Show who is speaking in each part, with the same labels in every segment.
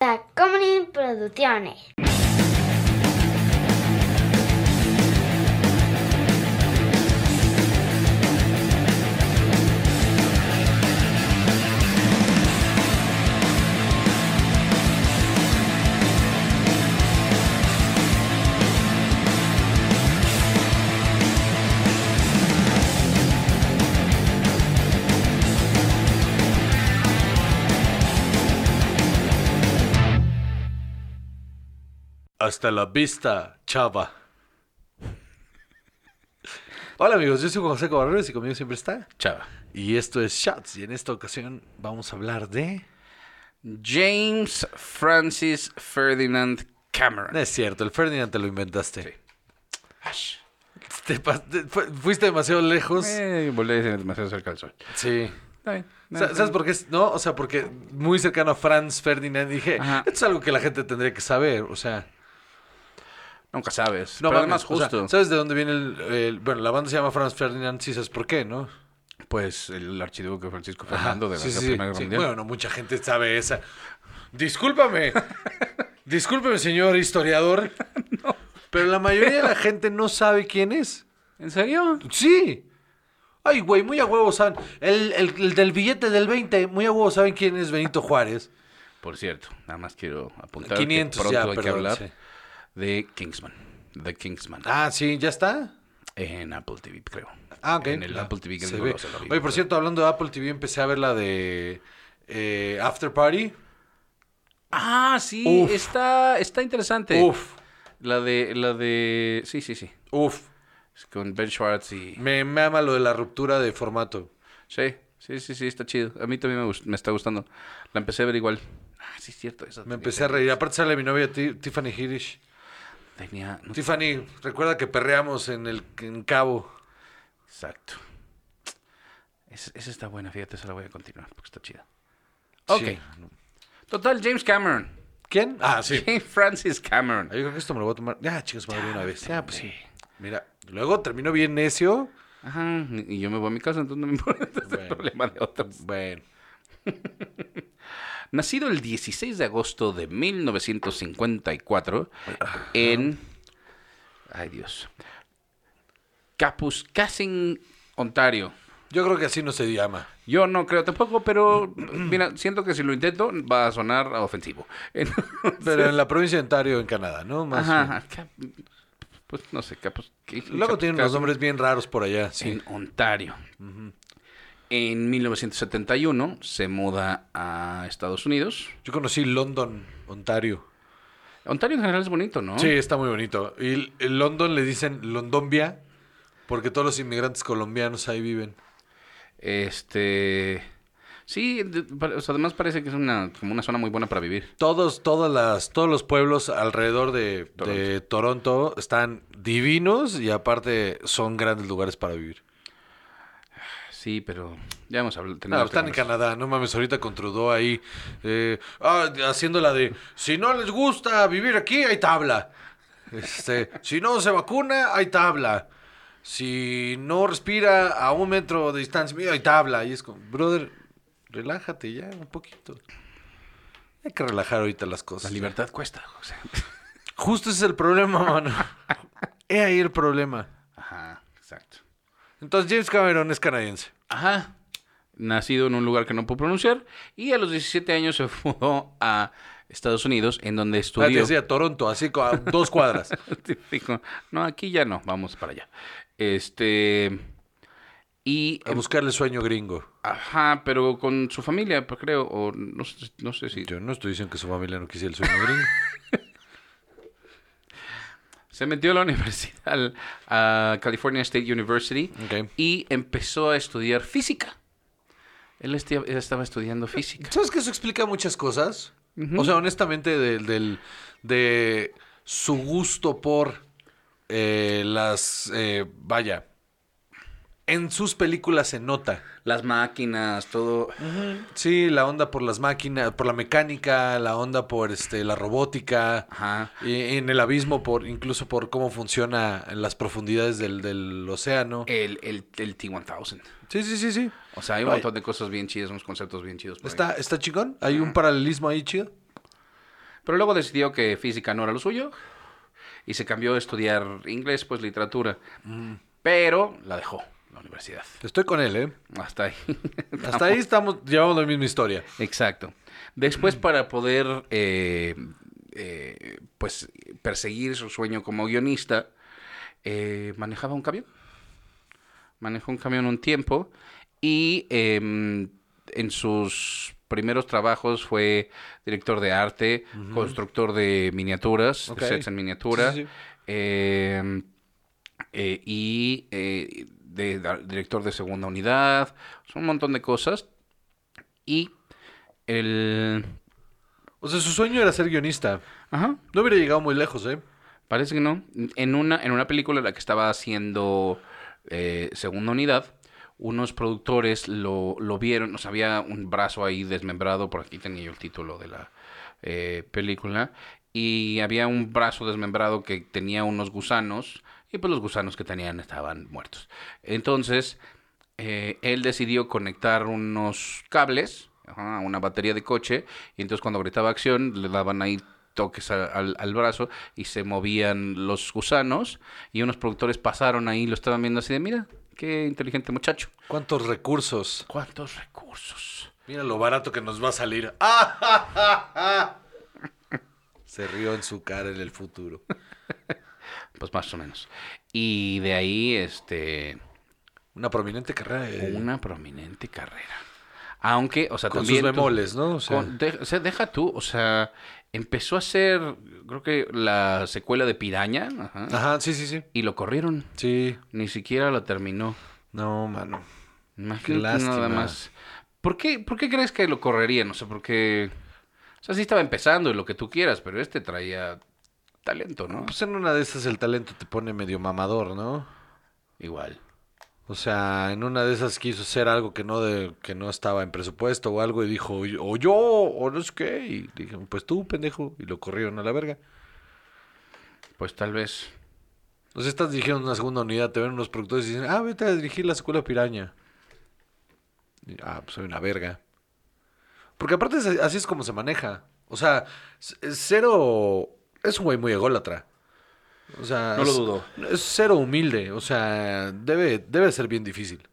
Speaker 1: para Comedy Producciones.
Speaker 2: Hasta la vista, chava. Hola amigos, yo soy Juan José Cabarreros y conmigo siempre está.
Speaker 3: Chava.
Speaker 2: Y esto es Shots y en esta ocasión vamos a hablar de...
Speaker 3: James Francis Ferdinand Cameron.
Speaker 2: No es cierto, el Ferdinand te lo inventaste.
Speaker 3: Sí. Ash.
Speaker 2: Te pas- te- fu- fuiste demasiado lejos.
Speaker 3: Eh, volví a decir demasiado cerca del sol.
Speaker 2: Sí.
Speaker 3: Está bien.
Speaker 2: Sa- ¿Sabes por qué? es- No, o sea, porque muy cercano a Franz Ferdinand dije,
Speaker 3: Ajá.
Speaker 2: esto es algo que la gente tendría que saber, o sea...
Speaker 3: Nunca sabes.
Speaker 2: No,
Speaker 3: pero
Speaker 2: mames,
Speaker 3: además
Speaker 2: o sea,
Speaker 3: justo.
Speaker 2: ¿Sabes de dónde viene el, el- Bueno, la banda se llama Franz Ferdinand, sí sabes por qué, ¿no?
Speaker 3: pues el archiduque Francisco Fernando de la
Speaker 2: Sí, sí,
Speaker 3: Primera Guerra
Speaker 2: sí.
Speaker 3: Mundial.
Speaker 2: Bueno, no mucha gente sabe esa. Discúlpame. Discúlpeme, señor historiador. Pero la mayoría de la gente no sabe quién es.
Speaker 3: ¿En serio?
Speaker 2: Sí. Ay, güey, muy a huevo saben. El, el- el del billete del 20, muy a huevo saben quién es Benito Juárez.
Speaker 3: Por cierto, nada más quiero apuntar que
Speaker 2: 500
Speaker 3: pronto
Speaker 2: ya,
Speaker 3: hay
Speaker 2: perdón.
Speaker 3: que hablar
Speaker 2: sí.
Speaker 3: de Kingsman. The Kingsman.
Speaker 2: Ah, sí, ya está.
Speaker 3: En Apple TV, creo.
Speaker 2: Ah, ok.
Speaker 3: En el
Speaker 2: Ah,
Speaker 3: Apple TV
Speaker 2: se
Speaker 3: gringo
Speaker 2: ve.
Speaker 3: no se lo vi,
Speaker 2: Oye, por
Speaker 3: pero-
Speaker 2: cierto, hablando de Apple TV, empecé a ver la de eh, After Party.
Speaker 3: Ah, sí,
Speaker 2: Uf.
Speaker 3: está está interesante.
Speaker 2: Uf,
Speaker 3: La de la de sí, sí, sí.
Speaker 2: uf.
Speaker 3: Es Con Ben Schwartz y
Speaker 2: Me mama lo de la ruptura de formato.
Speaker 3: Sí, sí, sí, sí, está chido. A mí también me, gust- me está gustando. La empecé a ver igual. Ah, sí, es cierto. Eso
Speaker 2: Me empecé a reír. Aparte sale mi novia Ti- Tiffany Hirsch.
Speaker 3: Tenía. no-
Speaker 2: Tiffany, recuerda que perreamos en el en Cabo.
Speaker 3: Exacto. Es- esa está buena, fíjate, esa la voy a continuar porque está chida. Ok.
Speaker 2: Sí.
Speaker 3: Total, James Cameron.
Speaker 2: ¿Quién? Ah, sí.
Speaker 3: James Francis
Speaker 2: Ah,
Speaker 3: Cameron.
Speaker 2: Yo creo que esto me lo voy a tomar. Ya, chicos, madre, de una vez. Ya, pues sí. Mira, luego terminó bien necio.
Speaker 3: Ajá. Y y yo me voy a mi casa, entonces no me importa este
Speaker 2: Bueno.
Speaker 3: problema de otros.
Speaker 2: Bueno.
Speaker 3: Nacido el 16 de agosto de 1954 en. Ay, Dios. Kapuskasing, Ontario.
Speaker 2: Yo creo que así no se llama.
Speaker 3: Yo no creo tampoco, pero mira, siento que si lo intento va a sonar ofensivo.
Speaker 2: Pero en la provincia de Ontario, en Canadá, ¿no? Más
Speaker 3: Ajá,
Speaker 2: bien.
Speaker 3: ajá, Cap- pues no sé, Capos. ¿qué-
Speaker 2: Luego tienen
Speaker 3: Cap-
Speaker 2: unos nombres bien raros por allá. Sí.
Speaker 3: En Ontario. En 1971 se muda a Estados Unidos.
Speaker 2: Yo conocí London, Ontario.
Speaker 3: Ontario en general es bonito, ¿no?
Speaker 2: Sí, está muy bonito. Y l- en London le dicen Londombia porque todos los inmigrantes colombianos ahí viven.
Speaker 3: Este. Sí, de- pa- o sea, además parece que es una, como una zona muy buena para vivir.
Speaker 2: Todos, todas las, todos los pueblos alrededor de de Toronto.
Speaker 3: Toronto.
Speaker 2: están divinos y aparte son grandes lugares para vivir.
Speaker 3: Sí, pero ya hemos hablado.
Speaker 2: Ah, No, están en Canadá, no mames, ahorita con Trudeau ahí eh, ah, haciendo la de si no les gusta vivir aquí, hay tabla. Este, si no se vacuna, hay tabla. Si no respira a un metro de distancia, mira, hay tabla. Y es como, brother, relájate ya un poquito. Hay que relajar ahorita las
Speaker 3: La
Speaker 2: cosas.
Speaker 3: libertad cuesta. o sea.
Speaker 2: Justo ese es el problema, mano. He ahí el problema.
Speaker 3: Ajá, exacto.
Speaker 2: Entonces, James Cameron es canadiense.
Speaker 3: Ajá. Nacido en un lugar que no puedo pronunciar. Y a los 17 años se mudó a Estados Unidos, en donde
Speaker 2: Ah, te
Speaker 3: estudió.
Speaker 2: decía Toronto, así co- a dos cuadras.
Speaker 3: Dijo, no, aquí ya no, vamos para allá. Este. Y.
Speaker 2: A buscarle el sueño gringo.
Speaker 3: Ajá, pero con su familia, pues, creo. O no sé, no sé si.
Speaker 2: Yo no estoy diciendo que su familia no quisiera el sueño gringo.
Speaker 3: Se metió a la universidad, al- a California State University.
Speaker 2: Ok.
Speaker 3: Y empezó a estudiar física. Él estia- estaba estudiando física.
Speaker 2: ¿Sabes que eso explica muchas cosas? O sea, honestamente, del, del- de su gusto por eh, las... eh, vaya, en sus películas se nota.
Speaker 3: Las máquinas, todo.
Speaker 2: Sí, la onda por las máquinas, por la mecánica, la onda por este, la robótica.
Speaker 3: Ajá.
Speaker 2: Y en el abismo, por incluso por cómo funciona en las profundidades del, del océano.
Speaker 3: El, el, el T-1000.
Speaker 2: Sí, sí, sí, sí.
Speaker 3: O sea, hay un
Speaker 2: Ay.
Speaker 3: montón de cosas bien chidas, unos conceptos bien chidos. por ahí.
Speaker 2: Está, está chingón. Hay un paralelismo ahí chido.
Speaker 3: Pero luego decidió que física no era lo suyo y se cambió a estudiar inglés, pues literatura. Pero la dejó la universidad.
Speaker 2: Estoy con él, ¿eh?
Speaker 3: Hasta ahí.
Speaker 2: Hasta ahí estamos, llevamos la misma historia.
Speaker 3: Exacto. Después para poder eh, eh, pues perseguir su sueño como guionista, eh, manejaba un camión. Manejó un camión un tiempo y eh, en sus primeros trabajos fue director de arte, constructor de miniaturas, de
Speaker 2: Ok.
Speaker 3: sets en miniatura.
Speaker 2: Sí, sí, sí.
Speaker 3: eh, eh, y eh, de, de- director de segunda unidad, un montón de cosas. Y el...
Speaker 2: O sea, su sueño era ser guionista.
Speaker 3: Ajá,
Speaker 2: No hubiera llegado muy lejos, ¿eh?
Speaker 3: parece que no. En una, en una película en la que estaba haciendo eh, segunda unidad, unos productores lo, lo vieron, o sea, había un brazo ahí desmembrado, por aquí tenía yo el título de la eh, película, y había un brazo desmembrado que tenía unos gusanos, y pues los gusanos que tenían estaban muertos. Entonces, eh, él decidió conectar unos cables ajá, a una batería de coche y entonces cuando gritaba acción le daban ahí toques a- al, al brazo y se movían los gusanos y unos productores pasaron ahí y lo estaban viendo así de mira, qué inteligente muchacho.
Speaker 2: ¿Cuántos recursos?
Speaker 3: ¿Cuántos recursos?
Speaker 2: Mira lo barato que nos va a salir. ¡Ah, ja, ja, ja! Se rió en su cara en el futuro.
Speaker 3: Pues más o menos. Y de ahí este
Speaker 2: Una prominente carrera de...
Speaker 3: una prominente carrera. Aunque, o sea,
Speaker 2: Eh. Con sus
Speaker 3: también tú-
Speaker 2: bemoles, ¿no? O sea,
Speaker 3: Con- de- o sea, deja tú, o sea, empezó a hacer, creo que la secuela de Piraña, ajá,
Speaker 2: Ajá, sí, sí, sí.
Speaker 3: y lo corrieron,
Speaker 2: Sí.
Speaker 3: ni siquiera la terminó.
Speaker 2: No, mano.
Speaker 3: Imagínate
Speaker 2: lástima.
Speaker 3: nada más. ¿Por qué, ¿Por qué crees que lo correrían? O sea, porque, o sea, sí estaba empezando y lo que tú quieras, pero este traía talento, ¿no?
Speaker 2: Pues en una de esas el talento te pone medio mamador, ¿no?
Speaker 3: Igual.
Speaker 2: O sea, en una de esas quiso hacer algo que no de, que no estaba en presupuesto o algo y dijo, o yo, o no sé qué. Y dije, pues tú, pendejo. Y lo corrieron a la verga.
Speaker 3: Pues tal vez.
Speaker 2: O sea, estás dirigiendo una segunda unidad, te ven unos productores y dicen, ah, vete a dirigir la escuela piraña. Y, ah, pues soy una verga. Porque aparte es- así es como se maneja. O sea, c- es cero... Es un güey muy ególatra. O sea...
Speaker 3: No lo
Speaker 2: es-
Speaker 3: dudo.
Speaker 2: Es cero humilde. O sea, debe, debe ser bien difícil.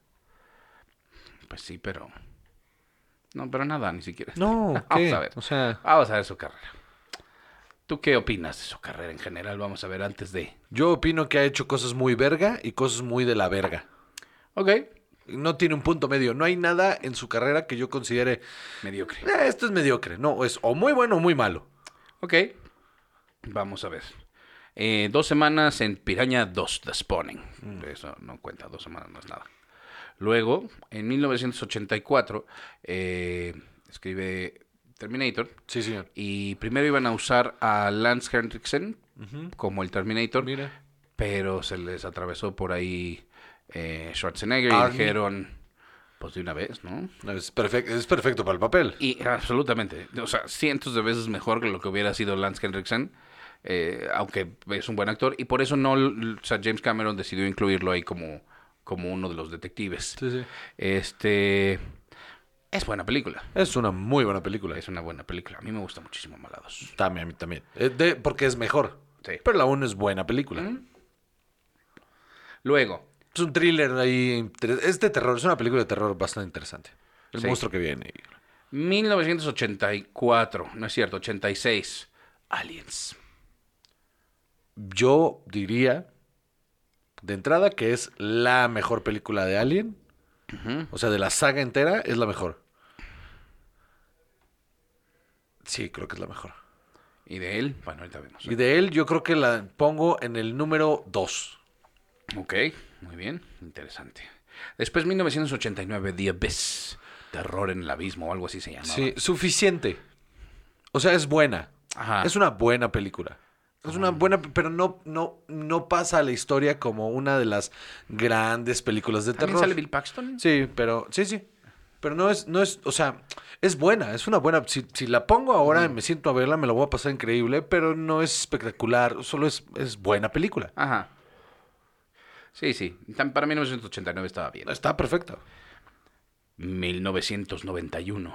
Speaker 3: Pues sí, pero... No, pero nada, ni siquiera.
Speaker 2: No,
Speaker 3: Vamos a ver.
Speaker 2: O sea,
Speaker 3: Vamos a ver su carrera. ¿Tú qué opinas de su carrera en general? Vamos a ver antes de...
Speaker 2: yo opino que ha hecho cosas muy verga y cosas muy de la verga.
Speaker 3: Ok.
Speaker 2: No tiene un punto medio. No hay nada en su carrera que yo considere...
Speaker 3: Mediocre.
Speaker 2: "Eh, esto es mediocre. No, es o muy bueno o muy malo.
Speaker 3: Ok. Vamos a ver. Eh, dos semanas en Piraña 2, The Spawning.
Speaker 2: Mm.
Speaker 3: Eso no cuenta, dos semanas no es nada. Luego, en 1984, eh, escribe Terminator.
Speaker 2: Sí, señor.
Speaker 3: Y primero iban a usar a Lance Henriksen como el Terminator.
Speaker 2: Mira.
Speaker 3: Pero se les atravesó por ahí eh, Schwarzenegger y
Speaker 2: Arnie.
Speaker 3: dijeron, pues de una vez, ¿no?
Speaker 2: Es perfecto, es perfecto para el papel.
Speaker 3: Y absolutamente. O sea, cientos de veces mejor que lo que hubiera sido Lance Henriksen. eh, aunque es un buen actor. Y por eso no. O sea, James Cameron decidió incluirlo ahí como, como uno de los detectives. Este. Es buena película.
Speaker 2: Es una muy buena película.
Speaker 3: Es una buena película. A mí me gusta muchísimo Malados.
Speaker 2: También, a mí también. Eh, de- porque es mejor.
Speaker 3: Sí.
Speaker 2: Pero la 1 es buena película.
Speaker 3: Luego,
Speaker 2: Es un thriller ahí. inter- Es de terror. Es una película de terror bastante interesante. El
Speaker 3: Sí.
Speaker 2: monstruo que viene.
Speaker 3: 1984. No es cierto, 86. Aliens.
Speaker 2: Yo diría, de entrada, que es la mejor película de Alien. O sea, de la saga entera, es la mejor. Sí, creo que es la mejor.
Speaker 3: Y de él, bueno, ahorita vemos.
Speaker 2: Y de él, yo creo que la pongo en el número 2.
Speaker 3: Ok, muy bien, interesante. Después 1989, The Abyss, Terror en el Abismo o algo así se llamaba.
Speaker 2: Sí, suficiente. O sea, es buena.
Speaker 3: Ajá.
Speaker 2: Es una buena película. Es una
Speaker 3: Mm.
Speaker 2: buena, pero no, no, no pasa a la historia como una de las grandes películas de
Speaker 3: ¿También
Speaker 2: terror.
Speaker 3: sale Bill Paxton?
Speaker 2: Sí, pero sí, sí. Pero no es, no es, o sea, es buena, es una buena. Si, si la pongo ahora
Speaker 3: Mm.
Speaker 2: y me siento a verla, me la voy a pasar increíble, pero no es espectacular, solo es, es buena película.
Speaker 3: Ajá. Sí, sí, tam- para 1989 estaba bien.
Speaker 2: Está perfecta.
Speaker 3: 1991,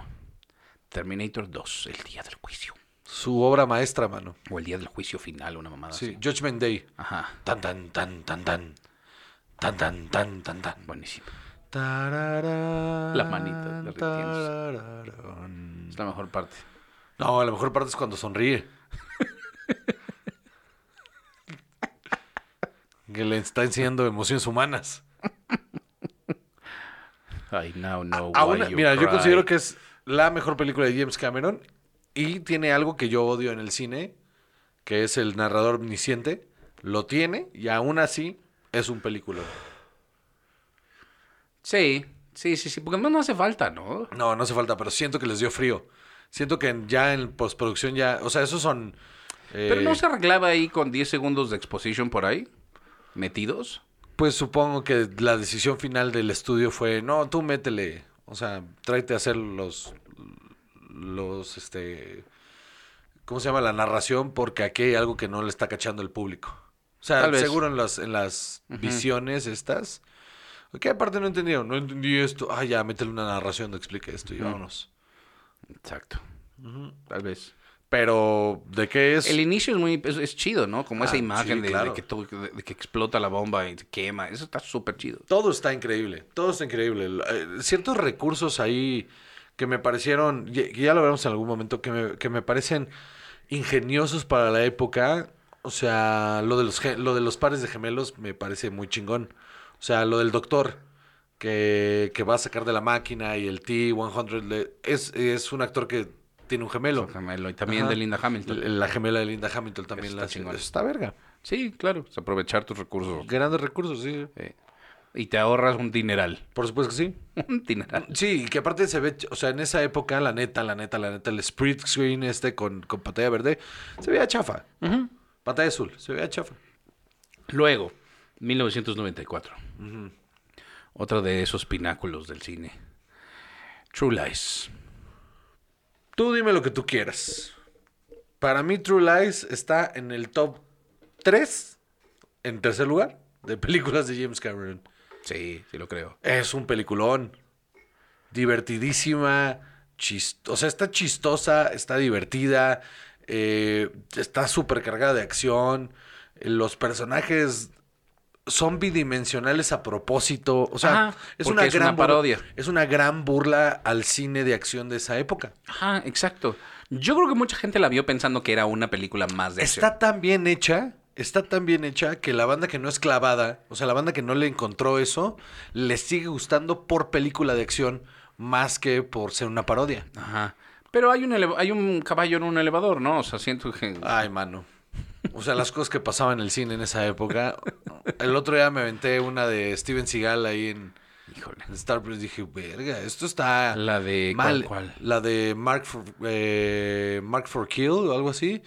Speaker 3: Terminator 2, El Día del Juicio.
Speaker 2: Su obra maestra, mano.
Speaker 3: O el día del juicio final, una mamada
Speaker 2: Sí,
Speaker 3: así.
Speaker 2: Judgment Day.
Speaker 3: Ajá.
Speaker 2: Tan, tan, tan, tan, tan. Tan, tan, tan, tan, tan.
Speaker 3: Buenísimo.
Speaker 2: Tararán,
Speaker 3: La manita, la
Speaker 2: tararán.
Speaker 3: Es la mejor parte.
Speaker 2: No, a lo mejor parte es cuando sonríe. que le está enseñando emociones humanas.
Speaker 3: I now know
Speaker 2: A
Speaker 3: why
Speaker 2: una-
Speaker 3: you
Speaker 2: mira, yo
Speaker 3: Oh, cry.
Speaker 2: considero que es la mejor película de James Cameron y tiene algo que yo odio en el cine, que es el narrador omnisciente. Lo tiene y aún así es un película.
Speaker 3: Sí, sí, sí, sí. Porque además no hace falta, ¿no?
Speaker 2: No, no hace falta, pero siento que les dio frío. Siento que en- ya en postproducción ya... O sea, esos son... eh,
Speaker 3: Pero no se arreglaba ahí con 10 segundos de exposición por ahí, metidos.
Speaker 2: Pues supongo que la decisión final del estudio fue, no, tú métele, o sea, tráete a hacer los, los, este, ¿cómo se llama? La narración, porque aquí hay algo que no le está cachando el público. O sea,
Speaker 3: Tal vez.
Speaker 2: seguro en las, en las visiones estas. ¿Qué aparte no entendieron? No entendí esto. Ah, ya, métele una narración que explique esto y
Speaker 3: Ujú.
Speaker 2: vámonos.
Speaker 3: Exacto. Tal vez.
Speaker 2: Pero, ¿de qué es?
Speaker 3: El inicio es muy es, es chido, ¿no? Como esa
Speaker 2: Ah,
Speaker 3: imagen
Speaker 2: sí,
Speaker 3: de,
Speaker 2: claro.
Speaker 3: de que todo- de- de que explota la bomba y se quema. Eso está súper chido.
Speaker 2: Todo está increíble, todo está increíble. El- eh, Ciertos recursos ahí que me parecieron, y- que ya lo veremos en algún momento, que me, que me parecen ingeniosos para la época. O sea, lo de, los, ge- lo de los pares de gemelos me parece muy chingón. O sea, lo del doctor que, que va a sacar de la máquina y el T-100 le- es, es un actor que tiene un gemelo.
Speaker 3: Gemelo, Y también
Speaker 2: Ajá.
Speaker 3: de Linda Hamilton.
Speaker 2: L- La gemela de Linda Hamilton también
Speaker 3: Eso
Speaker 2: la
Speaker 3: está chingón.
Speaker 2: Eso Está verga.
Speaker 3: Sí, claro. es aprovechar tus recursos.
Speaker 2: Grandes recursos, sí.
Speaker 3: Eh, y te ahorras un dineral.
Speaker 2: Por supuesto que sí.
Speaker 3: un dineral.
Speaker 2: Sí, y que aparte se ve, ch- o sea, en esa época, la neta, la neta, la neta, el split screen este con, con pantalla verde, se veía chafa. Pantalla azul, se veía chafa.
Speaker 3: Luego, 1994. Otra de esos pináculos del cine. True Lies.
Speaker 2: Tú dime lo que tú quieras. Para mí, True Lies está en el top 3, en tercer lugar, de películas de James Cameron.
Speaker 3: Sí, sí lo creo.
Speaker 2: Es un peliculón. Divertidísima. chis- o sea, está chistosa, está divertida. eh, está súper cargada de acción. eh, Los personajes son bidimensionales a propósito. O sea,
Speaker 3: Ajá,
Speaker 2: es
Speaker 3: porque
Speaker 2: una
Speaker 3: es
Speaker 2: gran
Speaker 3: una
Speaker 2: bur-
Speaker 3: parodia.
Speaker 2: Es una gran burla al cine de acción de esa época.
Speaker 3: Ajá, exacto. Yo creo que mucha gente la vio pensando que era una película más de acción.
Speaker 2: Está tan bien hecha, está tan bien hecha que la banda que no es clavada, o sea, la banda que no le encontró eso, le sigue gustando por película de acción más que por ser una parodia.
Speaker 3: Ajá. Pero hay un, eleva- hay un caballo en un elevador, ¿no? O sea, siento que...
Speaker 2: Ay, mano. O sea, las cosas que pasaban en el cine en esa época. El otro día me aventé una de Steven Seagal ahí en
Speaker 3: Híjole.
Speaker 2: en Star Plus. Dije, verga, esto está
Speaker 3: La de...
Speaker 2: mal.
Speaker 3: ¿Cuál? cuál?
Speaker 2: La de Mark for, eh, Mark for Kill o algo así.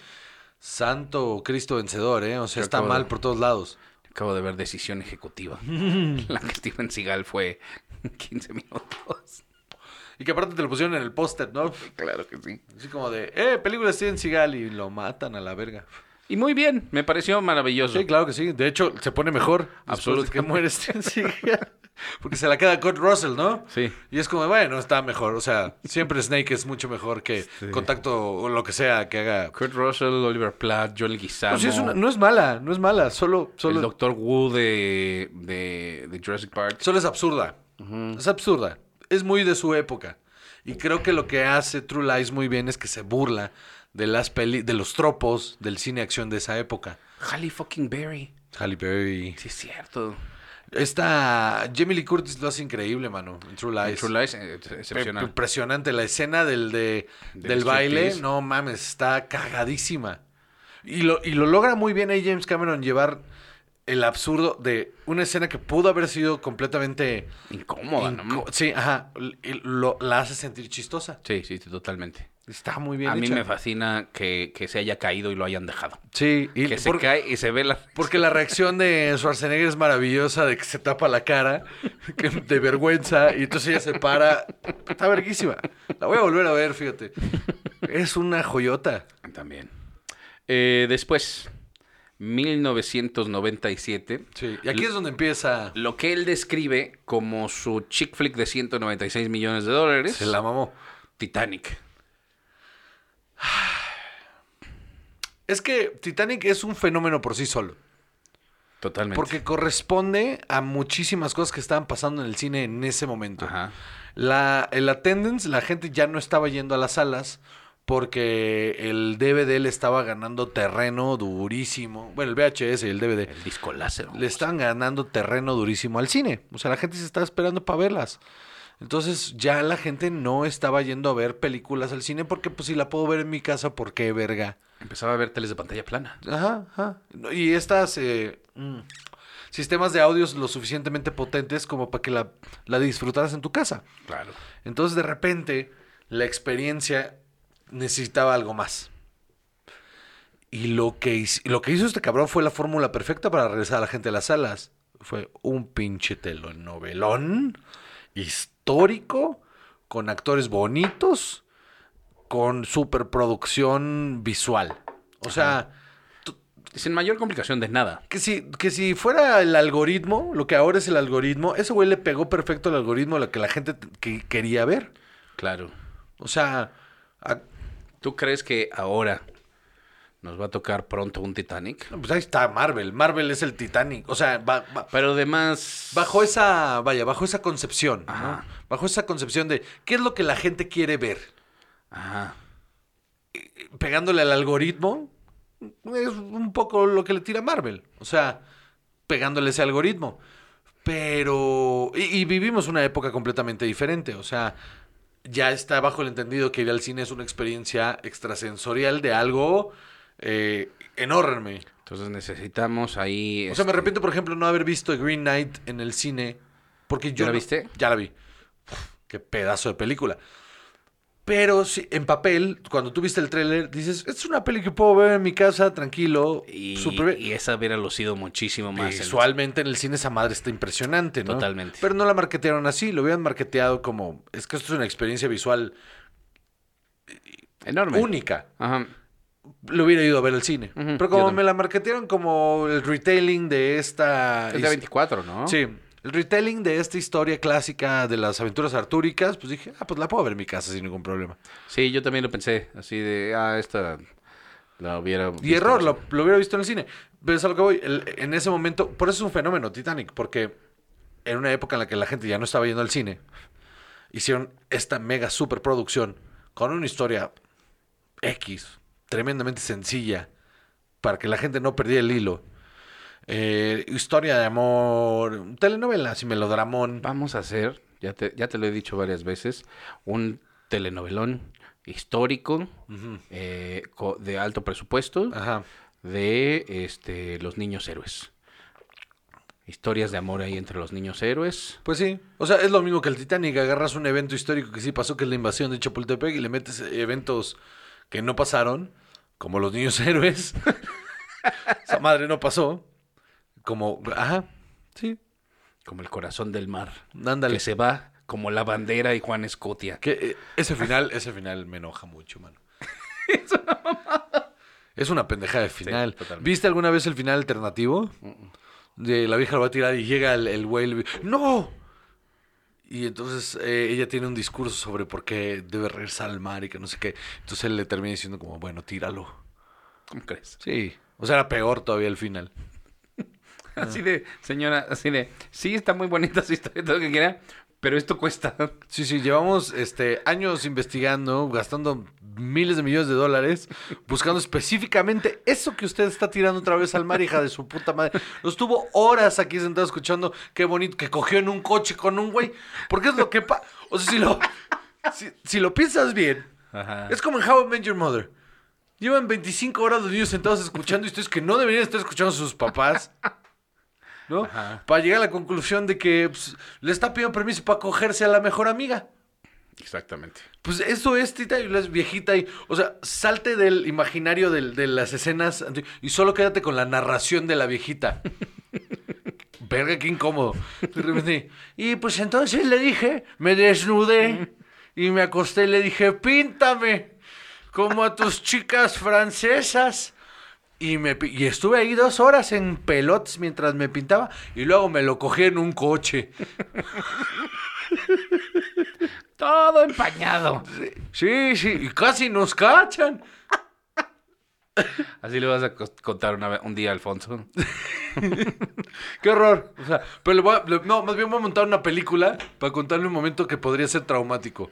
Speaker 2: Santo Cristo vencedor, ¿eh? O sea,
Speaker 3: Yo
Speaker 2: está
Speaker 3: acabo de-
Speaker 2: mal por todos lados.
Speaker 3: Acabo de ver Decisión Ejecutiva.
Speaker 2: Mm.
Speaker 3: la que Steven Seagal fue 15 minutos.
Speaker 2: Y que aparte te lo pusieron en el póster, ¿no?
Speaker 3: Claro que sí.
Speaker 2: Así como de, eh, película de Steven Seagal y lo matan a la verga.
Speaker 3: Y muy bien, me pareció maravilloso.
Speaker 2: Sí, claro que sí. De hecho, se pone mejor. Absolutamente. que muere Steven Seagal. Porque se la queda Kurt Russell, ¿no?
Speaker 3: Sí.
Speaker 2: Y es como, bueno, está mejor. O sea, siempre Snake es mucho mejor que Contacto o lo que sea que haga.
Speaker 3: Kurt Russell, Oliver Platt, Joel Guisamo,
Speaker 2: No, Pues sí, es una- no es mala, no es mala. Solo,
Speaker 3: el
Speaker 2: solo,
Speaker 3: Doctor Wu de, de, de Jurassic Park.
Speaker 2: solo es absurda. Es absurda. Es muy de su época. Y creo que lo que hace True Lies muy bien es que se burla de las peli, de los tropos del cine acción de esa época.
Speaker 3: Halle fucking Berry.
Speaker 2: Halle Berry.
Speaker 3: Sí, es cierto.
Speaker 2: Esta Jamie Lee Curtis lo hace increíble, mano. En True Lies.
Speaker 3: True Lies, eh, ex- excepcional.
Speaker 2: Impresionante la escena del, de-
Speaker 3: Del
Speaker 2: del baile.
Speaker 3: striptease.
Speaker 2: No mames, está cagadísima. Y lo, y lo logra muy bien ahí James Cameron llevar el absurdo de una escena que pudo haber sido completamente...
Speaker 3: Incómoda, ¿no?
Speaker 2: inco- Sí, ajá. y lo- la hace sentir chistosa.
Speaker 3: Sí, sí, sí, totalmente.
Speaker 2: Está muy bien
Speaker 3: A mí
Speaker 2: hecha.
Speaker 3: me fascina que, que se haya caído y lo hayan dejado.
Speaker 2: Sí, y
Speaker 3: que se
Speaker 2: por-
Speaker 3: cae y se ve la...
Speaker 2: porque la reacción de Schwarzenegger es maravillosa, de que se tapa la cara, que- de vergüenza, y entonces ella se para. Está verguísima. La voy a volver a ver, fíjate. Es una joyota.
Speaker 3: También. Eh, después, 1997.
Speaker 2: Sí, y aquí es donde empieza.
Speaker 3: Lo que él describe como su chick flick de 196 millones de dólares.
Speaker 2: Se la mamó.
Speaker 3: Titanic.
Speaker 2: Es que Titanic es un fenómeno por sí solo.
Speaker 3: Totalmente.
Speaker 2: Porque corresponde a muchísimas cosas que estaban pasando en el cine en ese momento.
Speaker 3: Ajá.
Speaker 2: La, el attendance, la gente ya no estaba yendo a las salas porque el DVD le estaba ganando terreno durísimo. Bueno, el VHS y el DVD
Speaker 3: El disco láser.
Speaker 2: le están ganando terreno durísimo al cine. O sea, la gente se estaba esperando para verlas. Entonces ya la gente no estaba yendo a ver películas al cine porque pues si la puedo ver en mi casa, ¿por qué verga?
Speaker 3: Empezaba a ver teles de pantalla plana.
Speaker 2: Ajá, ajá. No, Y estas eh, mm, sistemas de audios lo suficientemente potentes como para que la, la disfrutaras en tu casa.
Speaker 3: Claro.
Speaker 2: Entonces de repente la experiencia necesitaba algo más. Y lo que, hiz- lo que hizo este cabrón fue la fórmula perfecta para regresar a la gente a las salas. Fue un pinche telenovelón histórico, con actores bonitos, con superproducción visual. O sea,
Speaker 3: Sin mayor complicación de nada.
Speaker 2: que si, que si fuera el algoritmo, lo que ahora es el algoritmo, ese güey le pegó perfecto al algoritmo lo que la gente t- que quería ver.
Speaker 3: Claro.
Speaker 2: O sea, a-
Speaker 3: ¿Tú crees que ahora nos va a tocar pronto un Titanic?
Speaker 2: pues ahí está Marvel. Marvel es el Titanic. O sea, ba- ba-
Speaker 3: Pero además...
Speaker 2: bajo esa, vaya, bajo esa concepción, ¿no?
Speaker 3: Ajá.
Speaker 2: bajo esa concepción de qué es lo que la gente quiere ver,
Speaker 3: Ajá.
Speaker 2: pegándole al algoritmo, es un poco lo que le tira Marvel. O sea, pegándole ese algoritmo. Pero. Y, y vivimos una época completamente diferente. O sea, ya está bajo el entendido que ir al cine es una experiencia extrasensorial de algo eh, enorme.
Speaker 3: Entonces necesitamos ahí...
Speaker 2: O sea, me
Speaker 3: este,
Speaker 2: arrepiento, por ejemplo, no haber visto Green Knight en el cine. Porque yo.
Speaker 3: la
Speaker 2: no-
Speaker 3: viste?
Speaker 2: Ya la vi. Uf, qué pedazo de película. Pero sí, en papel, cuando tú viste el tráiler, dices, es una peli que puedo ver en mi casa, tranquilo.
Speaker 3: Y,
Speaker 2: súper bien".
Speaker 3: y esa hubiera lucido muchísimo más. en-
Speaker 2: Visualmente en el cine esa madre está impresionante, ¿no?
Speaker 3: Totalmente.
Speaker 2: Pero no la marketearon así, lo hubieran marketeado como, es que esto es una experiencia visual
Speaker 3: Enorme.
Speaker 2: única.
Speaker 3: Ajá.
Speaker 2: Lo hubiera ido a ver al cine.
Speaker 3: Ujú, yo
Speaker 2: Pero como
Speaker 3: también.
Speaker 2: me la marketearon como el retailing de esta...
Speaker 3: Es de 24, ¿no?
Speaker 2: Sí. El retelling de esta historia clásica de las aventuras artúricas, pues dije, ah, pues la puedo ver en mi casa sin ningún problema.
Speaker 3: Sí, yo también lo pensé. Así de, ah, esta la hubiera...
Speaker 2: Y error,
Speaker 3: lo...
Speaker 2: lo, lo hubiera visto en el cine. Pero es a lo que voy. el- en ese momento, por eso es un fenómeno Titanic, porque en una época en la que la gente ya no estaba yendo al cine, hicieron esta mega superproducción con una historia X, tremendamente sencilla, para que la gente no perdiera el hilo. Eh, historia de amor, telenovela, y melodramón.
Speaker 3: Vamos a hacer, ya te, ya te lo he dicho varias veces, un telenovelón histórico
Speaker 2: Ujú.
Speaker 3: eh, co- de alto presupuesto
Speaker 2: Ajá.
Speaker 3: de este, los niños héroes. Historias de amor ahí entre los niños héroes.
Speaker 2: Pues sí. O sea, es lo mismo que el Titanic. Agarras un evento histórico que sí pasó, que es la invasión de Chapultepec, y le metes eventos que no pasaron, como los niños héroes. Esa madre no pasó. Como, ajá, sí,
Speaker 3: Como el corazón del mar.
Speaker 2: ándale.
Speaker 3: Que se va como la bandera y Juan Escotia.
Speaker 2: Que, eh, ese final, ese final me enoja mucho, mano. es una pendejada de final.
Speaker 3: totalmente.
Speaker 2: ¿Viste alguna vez el final alternativo? De la vieja lo va a tirar y llega el el güey. y le- ¡No! Y entonces eh, ella tiene un discurso sobre por qué debe regresar al mar y que no sé qué. Entonces él le termina diciendo como, bueno, tíralo.
Speaker 3: ¿Cómo crees?
Speaker 2: Sí. O sea, era peor todavía el final.
Speaker 3: Así de, señora, así de, sí, está muy bonita su historia, todo lo que quiera, pero esto cuesta.
Speaker 2: Sí, sí, llevamos este, años investigando, gastando miles de millones de dólares, buscando específicamente eso que usted está tirando otra vez al mar, hija de su puta madre. Lo estuvo horas aquí sentado escuchando, qué bonito, que cogió en un coche con un güey. Porque es lo que pa... O sea, si lo, si, si lo piensas bien,
Speaker 3: Ajá.
Speaker 2: es como en How I Met Your Mother. Llevan 25 horas los niños sentados escuchando historias que no deberían estar escuchando sus papás. ¿No?
Speaker 3: Ajá.
Speaker 2: Para llegar a la conclusión de que pues, le está pidiendo permiso para cogerse a la mejor amiga.
Speaker 3: Exactamente.
Speaker 2: Pues eso es Tita y las viejita y, o sea, salte del imaginario del- de las escenas anti- y solo quédate con la narración de la viejita. Verga, qué incómodo. De repente, y pues entonces le dije, me desnudé y me acosté y le dije, píntame como a tus chicas francesas. Y, me, pi- y estuve ahí dos horas en pelotes mientras me pintaba y luego me lo cogí en un coche.
Speaker 3: Todo empañado.
Speaker 2: Sí, sí, y casi nos cachan.
Speaker 3: Así le vas a cos- contar una ve- un día, Alfonso.
Speaker 2: Qué horror. O sea, pero le voy a- le- no, más bien voy a montar una película para contarle un momento que podría ser traumático.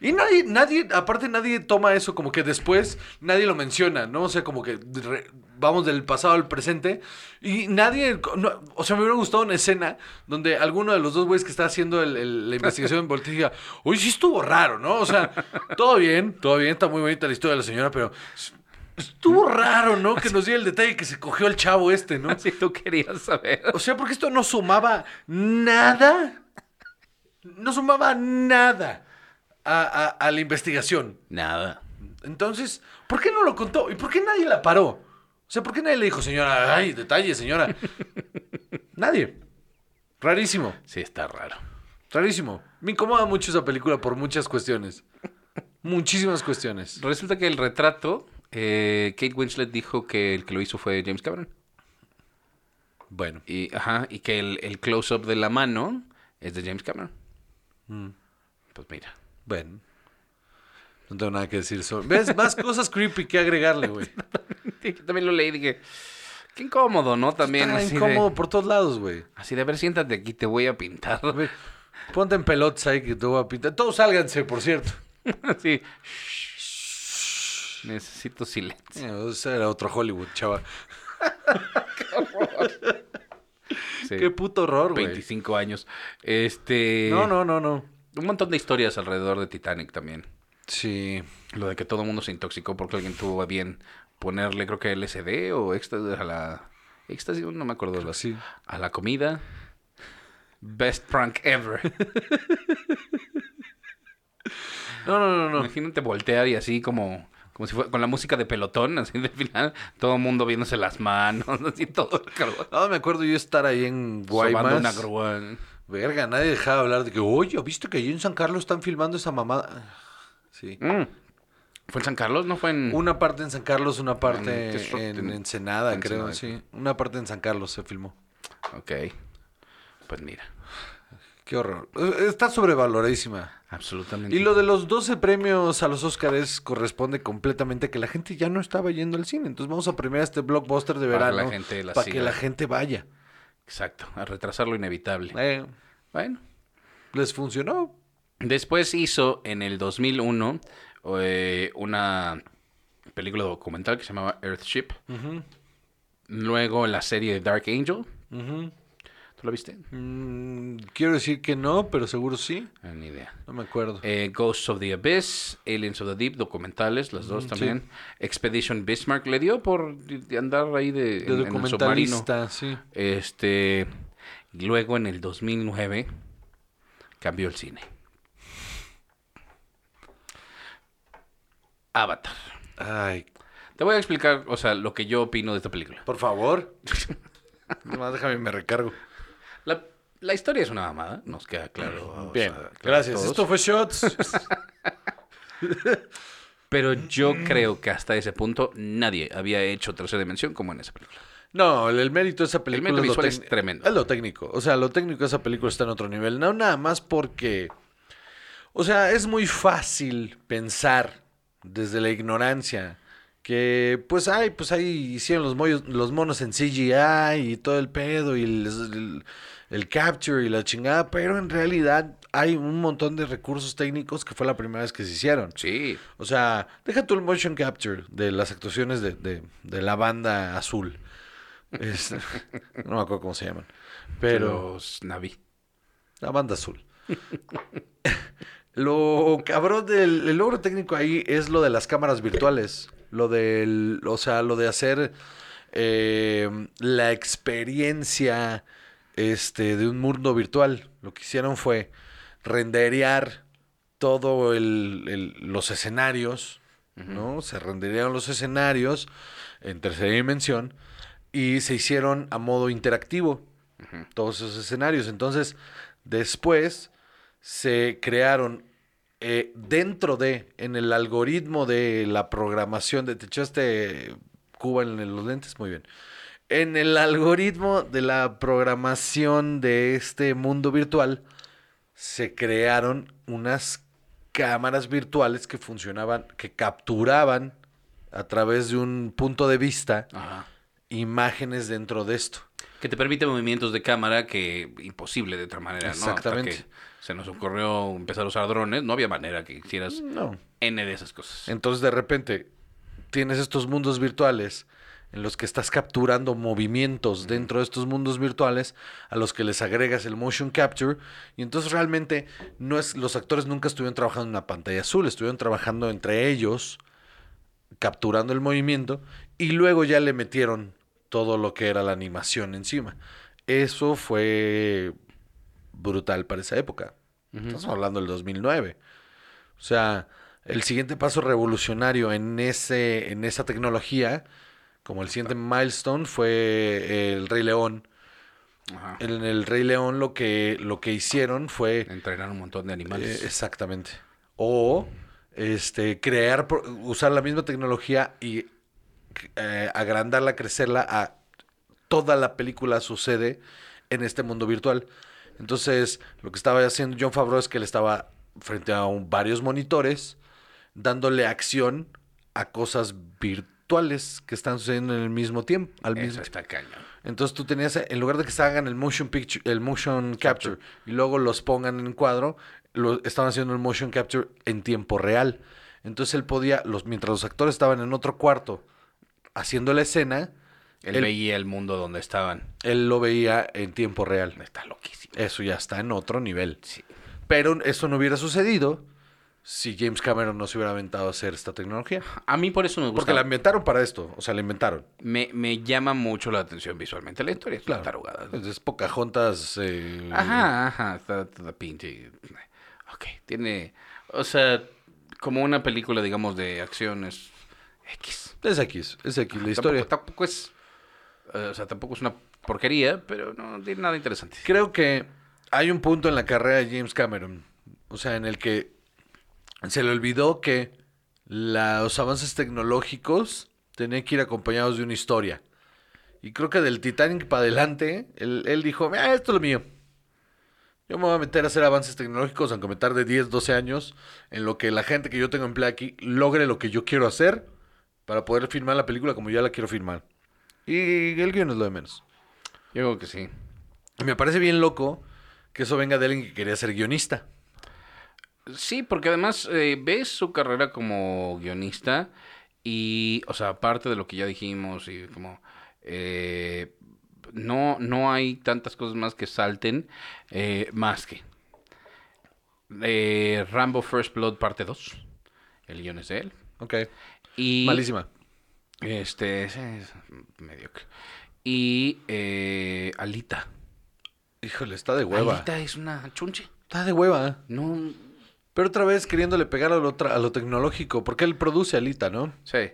Speaker 2: Y nadie, nadie, aparte nadie toma eso como que después nadie lo menciona, ¿no? O sea, como que re- vamos del pasado al presente y nadie, no, o sea, me hubiera gustado una escena donde alguno de los dos güeyes que está haciendo el- el- la investigación voltea y diga, uy, sí estuvo raro, ¿no? O sea, todo bien, todo bien, está muy bonita la historia de la señora, pero estuvo raro, ¿no? Que nos diera el detalle que se cogió el chavo este, ¿no?
Speaker 3: Si tú querías saber.
Speaker 2: O sea, porque esto no sumaba nada. No sumaba nada a, a- a la investigación.
Speaker 3: Nada.
Speaker 2: Entonces, ¿por qué no lo contó? ¿Y por qué nadie la paró? O sea, ¿por qué nadie le dijo, señora, ay, detalle, señora? nadie. Rarísimo,
Speaker 3: Sí, está raro.
Speaker 2: rarísimo. Me incomoda mucho esa película por muchas cuestiones. Muchísimas cuestiones.
Speaker 3: Resulta que el retrato, eh, Kate Winslet dijo que el que lo hizo fue James Cameron.
Speaker 2: Bueno,
Speaker 3: Y, ajá, y que el, el close-up de la mano es de James Cameron.
Speaker 2: Mm.
Speaker 3: Pues mira.
Speaker 2: bueno. No tengo nada que decir sobre... ¿Ves? Más cosas creepy que agregarle, güey.
Speaker 3: Yo también lo leí y dije, qué incómodo, ¿no? También
Speaker 2: Está
Speaker 3: así
Speaker 2: incómodo
Speaker 3: de...
Speaker 2: por todos lados, güey.
Speaker 3: Así de, a ver, siéntate aquí, te voy a pintar.
Speaker 2: A ver, Ponte en pelotas ahí que te voy a pintar. Todos sálganse, por cierto.
Speaker 3: Así. Necesito silencio.
Speaker 2: Eh, Ese era otro Hollywood, chava.
Speaker 3: Sí.
Speaker 2: Qué puto horror, güey.
Speaker 3: 25 años. Este.
Speaker 2: No, no, no, no.
Speaker 3: Un montón de historias alrededor de Titanic también.
Speaker 2: Sí.
Speaker 3: Lo de que todo el mundo se intoxicó porque alguien tuvo a bien ponerle, creo que LSD o éxtasis a la. Éxtasis, no me acuerdo. las-
Speaker 2: sí.
Speaker 3: A la comida. Best prank ever.
Speaker 2: No, no, no, no.
Speaker 3: Imagínate voltear y así como. Como si fuera con la música de pelotón, así del final, todo el mundo viéndose las manos, así todo el carbón.
Speaker 2: Ah, me acuerdo yo estar ahí en
Speaker 3: Sobando
Speaker 2: Guaymas.
Speaker 3: una grúa.
Speaker 2: Verga, nadie dejaba hablar de que, oye, ¿viste que allí en San Carlos están filmando esa mamada? Sí.
Speaker 3: Mm. ¿Fue en San Carlos? ¿No fue en...?
Speaker 2: Una parte Mm. en San Carlos, una parte
Speaker 3: En- ¿qué es-
Speaker 2: en,
Speaker 3: en-
Speaker 2: Ensenada,
Speaker 3: en
Speaker 2: creo,
Speaker 3: Ensenada.
Speaker 2: sí. Una parte en San Carlos se filmó.
Speaker 3: Ok. Pues mira,
Speaker 2: Qué horror. Eh, Está sobrevaloradísima.
Speaker 3: absolutamente.
Speaker 2: Y lo de los 12 premios a los Óscares corresponde completamente a que la gente ya no estaba yendo al cine. Entonces vamos a premiar este blockbuster de
Speaker 3: Para que
Speaker 2: verano
Speaker 3: la gente la
Speaker 2: para
Speaker 3: siga.
Speaker 2: que la gente vaya.
Speaker 3: Exacto, a retrasar lo inevitable.
Speaker 2: Eh,
Speaker 3: Bueno.
Speaker 2: ¿Les funcionó?
Speaker 3: Después hizo en el 2001 eh, una película documental que se llamaba Earthship. Luego la serie Dark Angel. ¿Tú la viste?
Speaker 2: Mm, quiero decir que no, pero seguro sí.
Speaker 3: Ah, ni idea.
Speaker 2: No me acuerdo.
Speaker 3: Eh, Ghosts of the Abyss, Aliens of the Deep, documentales, las dos también. Expedition Bismarck le dio por andar ahí de, en- en
Speaker 2: de
Speaker 3: el submarino.
Speaker 2: documentalista, sí.
Speaker 3: Este, y luego en el 2009 cambió el cine. Avatar.
Speaker 2: Ay,
Speaker 3: Te voy a explicar, o sea, lo que yo opino de esta película.
Speaker 2: por favor. Nomás déjame me recargo.
Speaker 3: La, la historia es una mamada, nos queda claro. o
Speaker 2: Bien,
Speaker 3: sea, claro a
Speaker 2: gracias.
Speaker 3: todos.
Speaker 2: Esto fue Shots.
Speaker 3: Pero yo
Speaker 2: Mm.
Speaker 3: creo que hasta ese punto nadie había hecho tercera dimensión como en esa película.
Speaker 2: No, el, el mérito de esa película
Speaker 3: mérito
Speaker 2: es, lo
Speaker 3: visual es
Speaker 2: tec-
Speaker 3: tremendo.
Speaker 2: es lo técnico. O sea, lo técnico de esa película está en otro nivel. No, nada más porque. O sea, es muy fácil pensar desde la ignorancia que, pues, ay, pues ahí hicieron los, mollos- los monos en CGI y todo el pedo y les- el, el capture y la chingada, pero en realidad hay un montón de recursos técnicos que fue la primera vez que se hicieron.
Speaker 3: Sí,
Speaker 2: O sea, deja tú el motion capture de las actuaciones de, de- de la banda azul. Es- no me acuerdo cómo se llaman. Pero
Speaker 3: los Navi.
Speaker 2: la banda azul. lo cabrón del el logro técnico ahí es lo de las cámaras virtuales. Lo del. O sea, lo de hacer eh, la experiencia este, de un mundo virtual. Lo que hicieron fue renderear todo el, el- los escenarios, ¿no? Se renderearon los escenarios en tercera dimensión y se hicieron a modo interactivo todos esos escenarios. Entonces, después se crearon eh, dentro de, en el algoritmo de la programación de, te echaste Cuba en los lentes, muy bien. En el algoritmo de la programación de este mundo virtual, se crearon unas cámaras virtuales que funcionaban, que capturaban a través de un punto de vista
Speaker 3: Ajá.
Speaker 2: imágenes dentro de esto.
Speaker 3: Que te permite movimientos de cámara que imposible de otra manera, ¿no? Hasta
Speaker 2: Exactamente.
Speaker 3: que se nos ocurrió empezar a usar drones, no había manera que hicieras
Speaker 2: No.
Speaker 3: N de esas cosas.
Speaker 2: Entonces de repente tienes estos mundos virtuales en los que estás capturando movimientos dentro de estos mundos virtuales a los que les agregas el motion capture y entonces realmente no es los actores nunca estuvieron trabajando en una pantalla azul, estuvieron trabajando entre ellos capturando el movimiento y luego ya le metieron todo lo que era la animación encima. Eso fue brutal para esa época. Estamos hablando del 2009. O sea, el siguiente paso revolucionario en, ese, en esa tecnología, como el siguiente milestone, fue el Rey León.
Speaker 3: Ajá.
Speaker 2: En el Rey León lo que, lo que hicieron fue...
Speaker 3: Entrenar un montón de
Speaker 2: eh,
Speaker 3: animales.
Speaker 2: exactamente. O este, crear, pro- usar la misma tecnología y eh, agrandarla, crecerla a toda la película sucede en este mundo virtual. Entonces, lo que estaba haciendo John Favreau es que él estaba frente a un- varios monitores dándole acción a cosas virtuales que están sucediendo en el mismo tiempo, al
Speaker 3: Eso
Speaker 2: mismo
Speaker 3: está cañón.
Speaker 2: entonces tú tenías, en lugar de que se hagan el motion picture, el motion capture y luego los pongan en cuadro, lo, estaban haciendo el motion capture en tiempo real. Entonces él podía, los, mientras los actores estaban en otro cuarto haciendo la escena,
Speaker 3: Él
Speaker 2: Él-
Speaker 3: veía el mundo donde estaban.
Speaker 2: él lo veía en tiempo real.
Speaker 3: Está loquísimo.
Speaker 2: Eso ya está en otro nivel.
Speaker 3: Sí.
Speaker 2: Pero eso no hubiera sucedido si James Cameron no se hubiera aventado a hacer esta tecnología.
Speaker 3: A mí por eso me gusta.
Speaker 2: Porque la inventaron para esto, o sea, la inventaron.
Speaker 3: me, me llama mucho la atención visualmente la historia. Es una
Speaker 2: Claro.
Speaker 3: tarugada.
Speaker 2: Entonces, Pocahontas... eh,
Speaker 3: Ajá, ajá, está toda pinche. Ok, tiene. O sea, como una película, digamos, de acciones X.
Speaker 2: Es X, es X la
Speaker 3: Tampoco-
Speaker 2: historia.
Speaker 3: Tampoco, es. eh, o sea, tampoco es una porquería, pero no tiene nada interesante.
Speaker 2: Creo que hay un punto en la carrera de James Cameron, o sea, en el que se le olvidó que la- los avances tecnológicos tenían que ir acompañados de una historia. Y creo que del Titanic para adelante, él, él dijo, "Ah, esto es lo mío. Yo me voy a meter a hacer avances tecnológicos, aunque me tarde 10, 12 años, en lo que la gente que yo tengo empleo aquí logre lo que yo quiero hacer para poder filmar la película como yo la quiero filmar. Y el guión es lo de menos.
Speaker 3: Yo creo que sí.
Speaker 2: Y Me parece bien loco que eso venga de alguien que quería ser guionista.
Speaker 3: Sí, porque además eh, ves su carrera como guionista y, o sea, aparte de lo que ya dijimos y como eh, no, no hay tantas cosas más que salten eh, más que eh, Rambo First Blood parte 2, el guion es de él
Speaker 2: Ok.
Speaker 3: y
Speaker 2: Malísima.
Speaker 3: este es, es mediocre y eh, Alita.
Speaker 2: Híjole, está de hueva.
Speaker 3: Alita es una chunche,
Speaker 2: Está de hueva.
Speaker 3: no
Speaker 2: Pero otra vez queriéndole pegar a lo, tra- a lo tecnológico, porque él produce Alita, ¿no?
Speaker 3: Sí.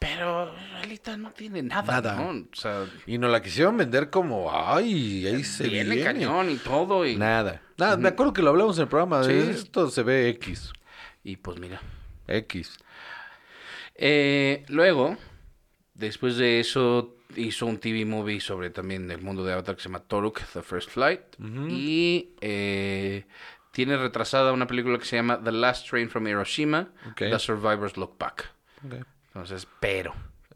Speaker 3: Pero Alita no tiene nada,
Speaker 2: Nada.
Speaker 3: ¿no? O sea,
Speaker 2: Y nos la quisieron vender como, ay, ahí se
Speaker 3: viene,
Speaker 2: viene.
Speaker 3: cañón y todo. Y,
Speaker 2: Nada. Nada, me acuerdo que lo hablamos en el programa. de
Speaker 3: Sí.
Speaker 2: Esto se ve X.
Speaker 3: y pues mira.
Speaker 2: X.
Speaker 3: Eh, luego, después de eso, hizo un TV movie sobre también el mundo de Avatar que se llama Toruk, The First Flight. Y eh, tiene retrasada una película que se llama The Last Train from Hiroshima,
Speaker 2: Ok.
Speaker 3: The Survivors Look Back.
Speaker 2: Ok.
Speaker 3: Entonces, pero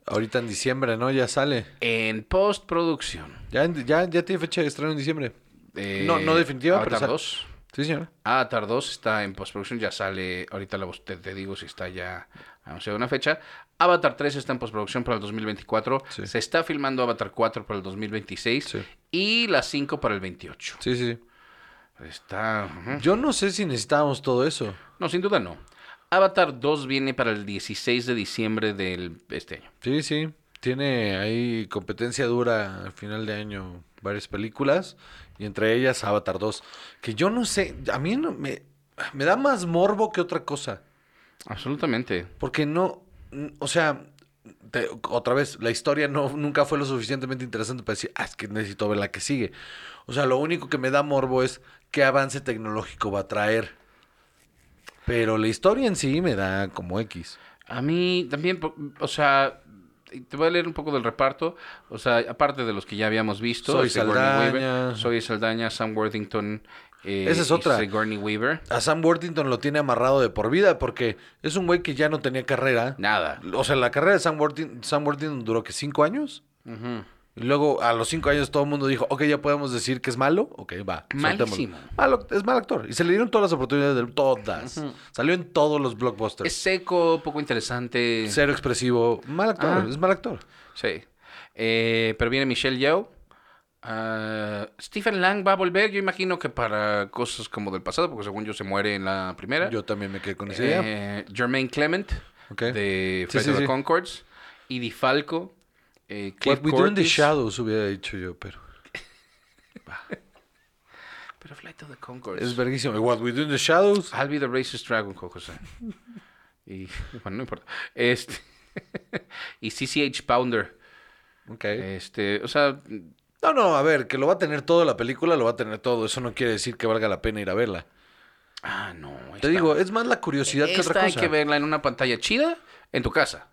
Speaker 2: Ahorita en diciembre, ¿no? Ya sale.
Speaker 3: en postproducción.
Speaker 2: Ya, en- ya, ya tiene fecha de estreno en diciembre.
Speaker 3: eh,
Speaker 2: No, no definitiva, pero
Speaker 3: Avatar
Speaker 2: sa-
Speaker 3: 2.
Speaker 2: Sí, señor.
Speaker 3: Avatar 2 está en postproducción, ya sale, ahorita la, te, te digo si está ya anunciada una fecha. Avatar 3 está en postproducción para el 2024.
Speaker 2: Sí.
Speaker 3: Se está filmando Avatar 4 para el 2026
Speaker 2: Sí.
Speaker 3: y la 5 para el 28.
Speaker 2: Sí, sí.
Speaker 3: Está... ujú.
Speaker 2: Yo no sé si necesitábamos todo eso.
Speaker 3: No, sin duda no. Avatar 2 viene para el 16 de diciembre del este año.
Speaker 2: Sí, sí. Tiene ahí competencia dura al final de año varias películas y entre ellas Avatar 2, que yo no sé, a mí no me, me da más morbo que otra cosa,
Speaker 3: Absolutamente.
Speaker 2: porque no, n- o sea, te- otra vez, la historia no, nunca fue lo suficientemente interesante para decir, ah, es que necesito ver la que sigue. O sea, lo único que me da morbo es qué avance tecnológico va a traer. Pero la historia en sí me da como X.
Speaker 3: A mí también, po- o sea, te voy a leer un poco del reparto. O sea, aparte de los que ya habíamos visto.
Speaker 2: Zoe
Speaker 3: este, Gordon Weaver,
Speaker 2: Saldaña.
Speaker 3: Zoe Saldaña, Sam Worthington, eh,
Speaker 2: Esa es otra.
Speaker 3: Sigourney Weaver.
Speaker 2: A Sam Worthington lo tiene amarrado de por vida porque es un güey que ya no tenía carrera.
Speaker 3: Nada.
Speaker 2: O sea, la carrera de Sam Worthington, Sam Worthington duró que cinco años.
Speaker 3: Ujú.
Speaker 2: Y luego a los cinco años todo el mundo dijo, ok, ya podemos decir que es malo. Ok, va. soltémoslo.
Speaker 3: Malísimo.
Speaker 2: Malo, es mal actor. Y se le dieron todas las oportunidades, del- todas. Salió en todos los blockbusters.
Speaker 3: Es seco, poco interesante.
Speaker 2: Cero expresivo. Mal actor,
Speaker 3: Ah.
Speaker 2: es mal actor.
Speaker 3: Sí. Eh, pero viene Michelle Yeoh. Ah, Stephen Lang va a volver, yo imagino que para cosas como del pasado, porque según yo se muere en la primera.
Speaker 2: Yo también me quedé con esa idea.
Speaker 3: Eh, Jermaine Clement
Speaker 2: Ok.
Speaker 3: de
Speaker 2: Sí,
Speaker 3: Flight
Speaker 2: sí,
Speaker 3: of the
Speaker 2: sí.
Speaker 3: Conchords. Edie Falco. eh, Cliff
Speaker 2: What We Do in the
Speaker 3: Curtis.
Speaker 2: Shadows hubiera dicho yo, pero...
Speaker 3: Pero Flight of the Conchords.
Speaker 2: Es verguísimo. What We Do in the Shadows.
Speaker 3: I'll be the racist dragon, Juan José. Y bueno, no importa. Este, y CCH Pounder.
Speaker 2: Ok.
Speaker 3: Este, o sea,
Speaker 2: No, no, a ver, que lo va a tener todo la película, lo va a tener todo. Eso no quiere decir que valga la pena ir a verla.
Speaker 3: ah, no.
Speaker 2: Te digo, es más la curiosidad que otra
Speaker 3: esta hay
Speaker 2: cosa.
Speaker 3: que verla en una pantalla chida en tu casa.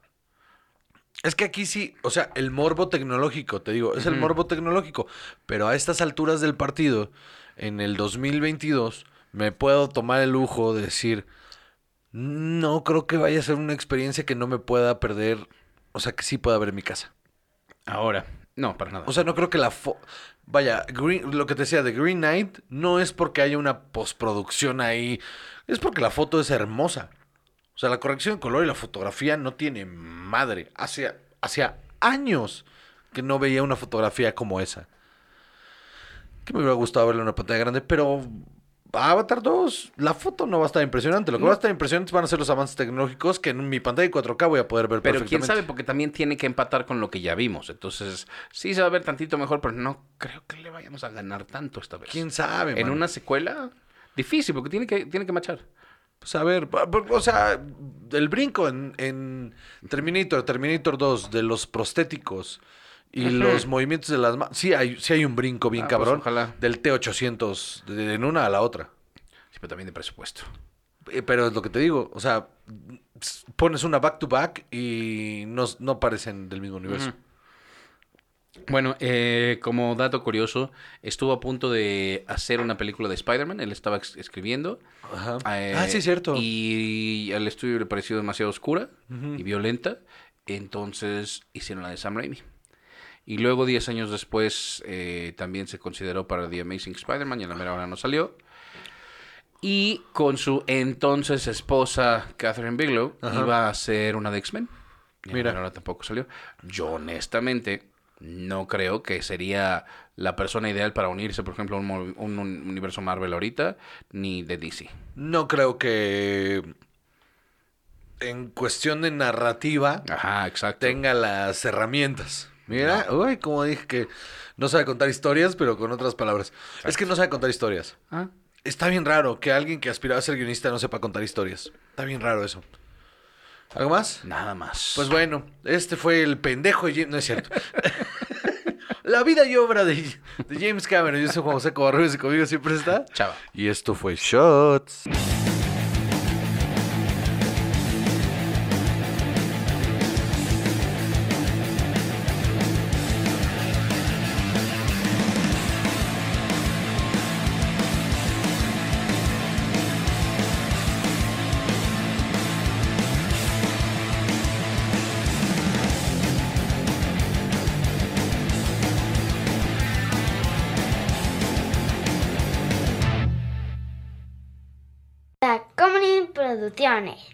Speaker 2: Es que aquí sí, o sea, el morbo tecnológico, te digo, es el morbo tecnológico. Pero a estas alturas del partido, en el 2022, me puedo tomar el lujo de decir, no creo que vaya a ser una experiencia que no me pueda perder, o sea, que sí pueda ver en mi casa.
Speaker 3: Ahora. No, para nada.
Speaker 2: O sea, no creo que la... fo- Vaya, Green- lo que te decía de Green Knight no es porque haya una postproducción ahí, es porque la foto es hermosa. O sea, la corrección de color y la fotografía no tiene madre. Hacía, hacía años que no veía una fotografía como esa. Que me hubiera gustado verla en una pantalla grande, pero Avatar 2, la foto no va a estar impresionante. Lo que va a estar impresionante van a ser los avances tecnológicos que en mi pantalla de 4K voy a poder ver
Speaker 3: pero quién
Speaker 2: perfectamente.
Speaker 3: sabe, porque también tiene que empatar con lo que ya vimos. Entonces, sí se va a ver tantito mejor, pero no creo que le vayamos a ganar tanto esta vez.
Speaker 2: ¿Quién sabe?
Speaker 3: en
Speaker 2: mano?
Speaker 3: una secuela, difícil, porque tiene que, tiene que machar.
Speaker 2: Pues a ver, pa- pa- o sea, el brinco en, en Terminator, Terminator 2, de los prostéticos y
Speaker 3: Ujú.
Speaker 2: los movimientos de las manos. Sí hay, sí hay un brinco bien
Speaker 3: Ah, pues,
Speaker 2: cabrón.
Speaker 3: ojalá.
Speaker 2: Del T800, de, de- en una a la otra.
Speaker 3: Sí, pero también de presupuesto.
Speaker 2: Eh, Pero es lo que te digo, o sea, s- pones una back to back y no, s- no parecen del mismo universo.
Speaker 3: Bueno, eh, como dato curioso, estuvo a punto de hacer una película de Spider-Man, él estaba ex- escribiendo.
Speaker 2: Ajá.
Speaker 3: eh,
Speaker 2: ah, sí, es cierto.
Speaker 3: Y al estudio le pareció demasiado oscura y violenta, entonces hicieron la de Sam Raimi. Y luego, 10 años después, eh, también se consideró para The Amazing Spider-Man y a la mera hora no salió. Y con su entonces esposa, Catherine Bigelow,
Speaker 2: Ajá.
Speaker 3: iba a hacer una de X-Men.
Speaker 2: Mira.
Speaker 3: Mira. Ahora tampoco salió. Yo, honestamente, no creo que sería la persona ideal para unirse, por ejemplo, a un, mo- un un universo Marvel ahorita, ni de DC.
Speaker 2: No creo que en cuestión de narrativa
Speaker 3: Ajá, exacto.
Speaker 2: tenga las herramientas. Mira, uy, como dije que no sabe contar historias, pero con otras palabras. Es que no sabe contar historias.
Speaker 3: Ah,
Speaker 2: Está bien raro que alguien que aspiraba a ser guionista no sepa contar historias. Está bien raro eso. ¿Algo más?
Speaker 3: nada más.
Speaker 2: Pues bueno, este fue el pendejo de James... No es cierto. La vida y obra de, de James Cameron. Yo soy Juan José Covarrubias y conmigo siempre está...
Speaker 3: Chava.
Speaker 2: Y esto fue Shots.
Speaker 1: Tacomunin Producciones.